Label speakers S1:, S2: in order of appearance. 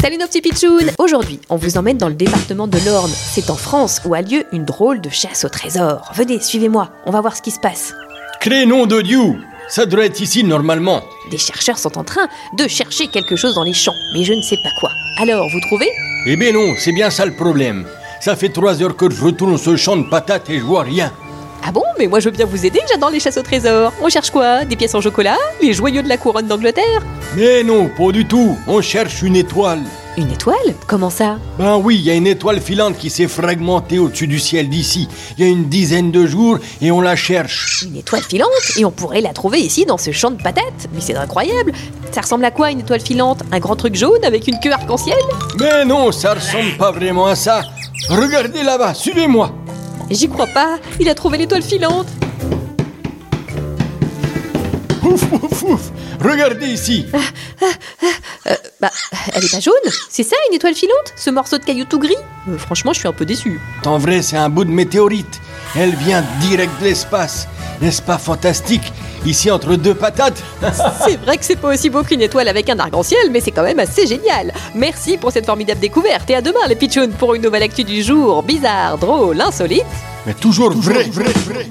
S1: Salut nos petits pitchouns Aujourd'hui, on vous emmène dans le département de l'Orne. C'est en France où a lieu une drôle de chasse au trésor. Venez, suivez-moi, on va voir ce qui se passe.
S2: Crénom de Dieu Ça devrait être ici normalement.
S1: Des chercheurs sont en train de chercher quelque chose dans les champs, mais je ne sais pas quoi. Alors, vous trouvez
S2: Eh ben non, c'est bien ça le problème. Ça fait trois heures que je retourne ce champ de patates et je vois rien.
S1: Ah bon, mais moi je veux bien vous aider, j'adore les chasses au trésor. On cherche quoi Des pièces en chocolat Les joyaux de la couronne d'Angleterre
S2: Mais non, pas du tout. On cherche une étoile.
S1: Une étoile Comment ça
S2: Ben oui, il y a une étoile filante qui s'est fragmentée au-dessus du ciel d'ici. Il y a une dizaine de jours et on la cherche.
S1: Une étoile filante Et on pourrait la trouver ici dans ce champ de patates Mais c'est incroyable Ça ressemble à quoi une étoile filante Un grand truc jaune avec une queue arc-en-ciel
S2: Mais non, ça ressemble pas vraiment à ça. Regardez là-bas, suivez-moi.
S1: J'y crois pas, il a trouvé l'étoile filante
S2: Ouf, ouf, ouf. Regardez ici.
S1: Euh, bah, elle est pas jaune C'est ça une étoile filante Ce morceau de caillou tout gris Euh, Franchement, je suis un peu déçu.
S2: En vrai, c'est un bout de météorite. Elle vient direct de l'espace. N'est-ce pas fantastique Ici, entre deux patates
S1: C'est vrai que c'est pas aussi beau qu'une étoile avec un arc-en-ciel, mais c'est quand même assez génial. Merci pour cette formidable découverte et à demain les pitchouns pour une nouvelle actu du jour. Bizarre, drôle, insolite.
S2: Mais toujours, vrai. vrai.